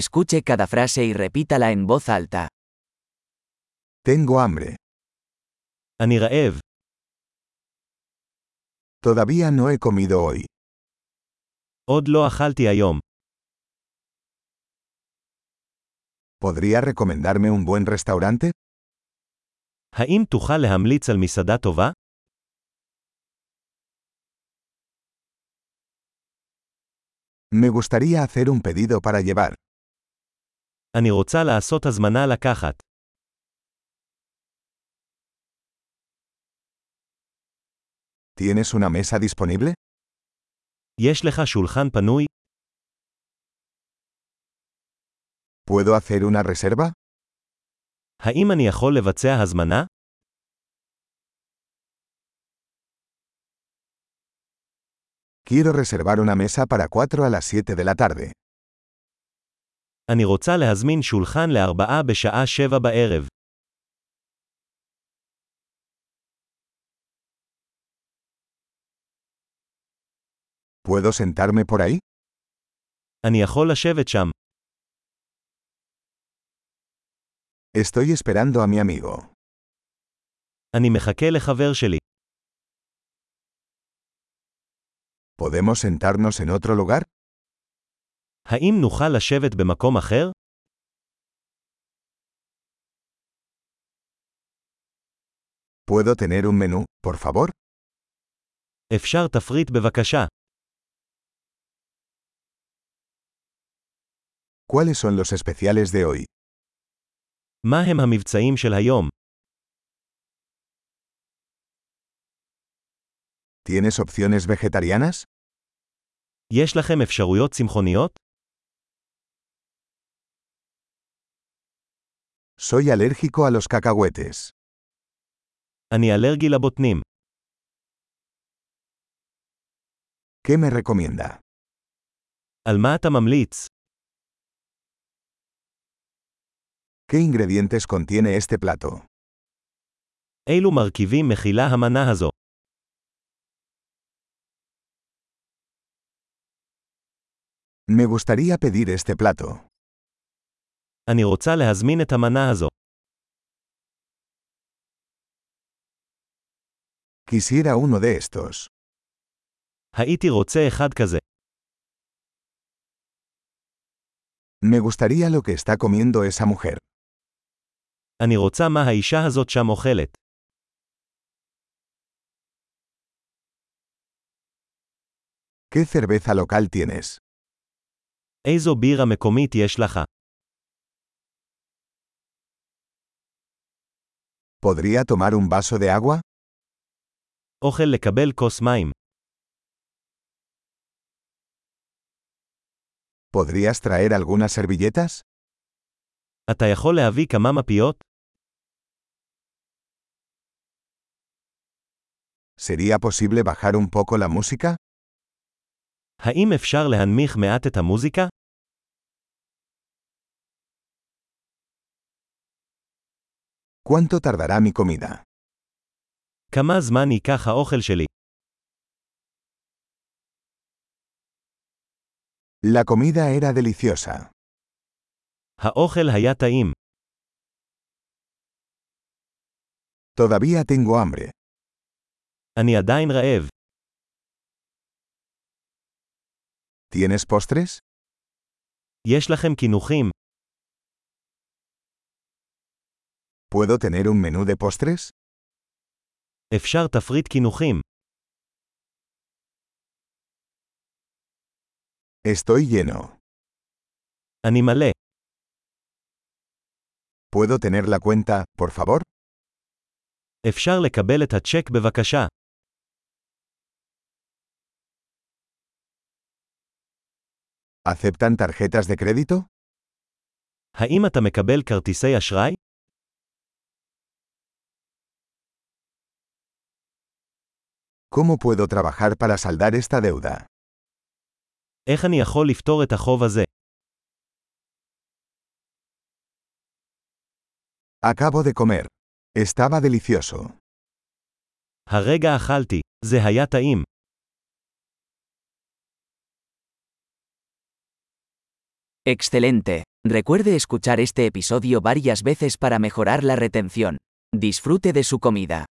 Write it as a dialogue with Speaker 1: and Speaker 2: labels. Speaker 1: Escuche cada frase y repítala en voz alta.
Speaker 2: Tengo hambre.
Speaker 3: אני רעב,
Speaker 2: Todavía no he comido hoy.
Speaker 3: עוד לא אכלתי היום.
Speaker 2: ¿Podría recomendarme un buen restaurante?
Speaker 3: האם תוכל להמליץ על מסעדה טובה?
Speaker 2: Me gustaría hacer un pedido para llevar.
Speaker 3: אני רוצה לעשות הזמנה לקחת.
Speaker 2: ¿Tienes una mesa disponible?
Speaker 3: יש לך שולחן פנוי?
Speaker 2: ¿Puedo hacer una reserva?
Speaker 3: האם אני יכול לבצע הזמנה?
Speaker 2: Quiero reservar una mesa para 4 a las 7 de la tarde.
Speaker 3: אני רוצה להזמין שולחן לארבעה בשעה שבע בערב.
Speaker 2: ¿Puedo sentarme por ahí?
Speaker 3: אני יכול לשבת שם.
Speaker 2: Estoy esperando a mi amigo.
Speaker 3: אני מחכה לחבר שלי.
Speaker 2: ¿Podemos sentarnos en otro lugar?
Speaker 3: האם נוכל לשבת במקום אחר?
Speaker 2: ¿Puedo tener un menú, por favor?
Speaker 3: אפשר תפריט בבקשה.
Speaker 2: ¿Cuáles son los especiales de hoy?
Speaker 3: מה הם המבצעים של היום?
Speaker 2: ¿Tienes opciones vegetarianas?
Speaker 3: יש לכם אפשרויות צמחוניות?
Speaker 2: Soy alérgico a los cacahuetes.
Speaker 3: אני אלרגי לבוטנים.
Speaker 2: ¿Qué me recomienda?
Speaker 3: על מה אתה ממליץ?
Speaker 2: ¿Qué ingredientes contiene este plato?
Speaker 3: אילו מרכיבים מכילה המנה הזו?
Speaker 2: Me gustaría pedir este plato.
Speaker 3: אני רוצה להזמין את המנה הזו.
Speaker 2: Quisiera uno de estos.
Speaker 3: הייתי רוצה אחד כזה.
Speaker 2: Me gustaría lo que está comiendo esa mujer.
Speaker 3: אני רוצה מה האישה הזאת שם אוכלת.
Speaker 2: ¿Qué cerveza local tienes?
Speaker 3: איזו בירה מקומית יש לך?
Speaker 2: ¿Podría tomar un vaso de agua?
Speaker 3: אוכל לקבל כוס מים.
Speaker 2: ¿Podrías traer algunas servilletas?
Speaker 3: אתה יכול להביא כמה מפיות?
Speaker 2: ¿Sería posible bajar un poco la música?
Speaker 3: האם אפשר להנמיך מעט את המוזיקה?
Speaker 2: ¿Cuánto tardará mi comida?
Speaker 3: כמה זמן ייקח האוכל שלי?
Speaker 2: La comida era deliciosa.
Speaker 3: האוכל היה טעים.
Speaker 2: Todavía tengo hambre.
Speaker 3: אני עדיין רעב.
Speaker 2: ¿Tienes postres?
Speaker 3: יש לכם קינוחים?
Speaker 2: ¿Puedo tener un menú de postres?
Speaker 3: אפשר תפריט קינוחים.
Speaker 2: Estoy lleno.
Speaker 3: אני מלא.
Speaker 2: ¿Puedo tener la cuenta, por favor?
Speaker 3: אפשר לקבל את הצ'ק בבקשה.
Speaker 2: ¿Aceptan tarjetas de crédito?
Speaker 3: האם אתה מקבל כרטיסי אשראי?
Speaker 2: ¿Cómo puedo trabajar para saldar esta deuda?
Speaker 3: איך אני יכול לפתור את החוב הזה?
Speaker 2: Acabo de comer. Estaba delicioso.
Speaker 3: הרגע אכלתי. זה היה טעים.
Speaker 1: Excelente. Recuerde escuchar este episodio varias veces para mejorar la retención. Disfrute de su comida.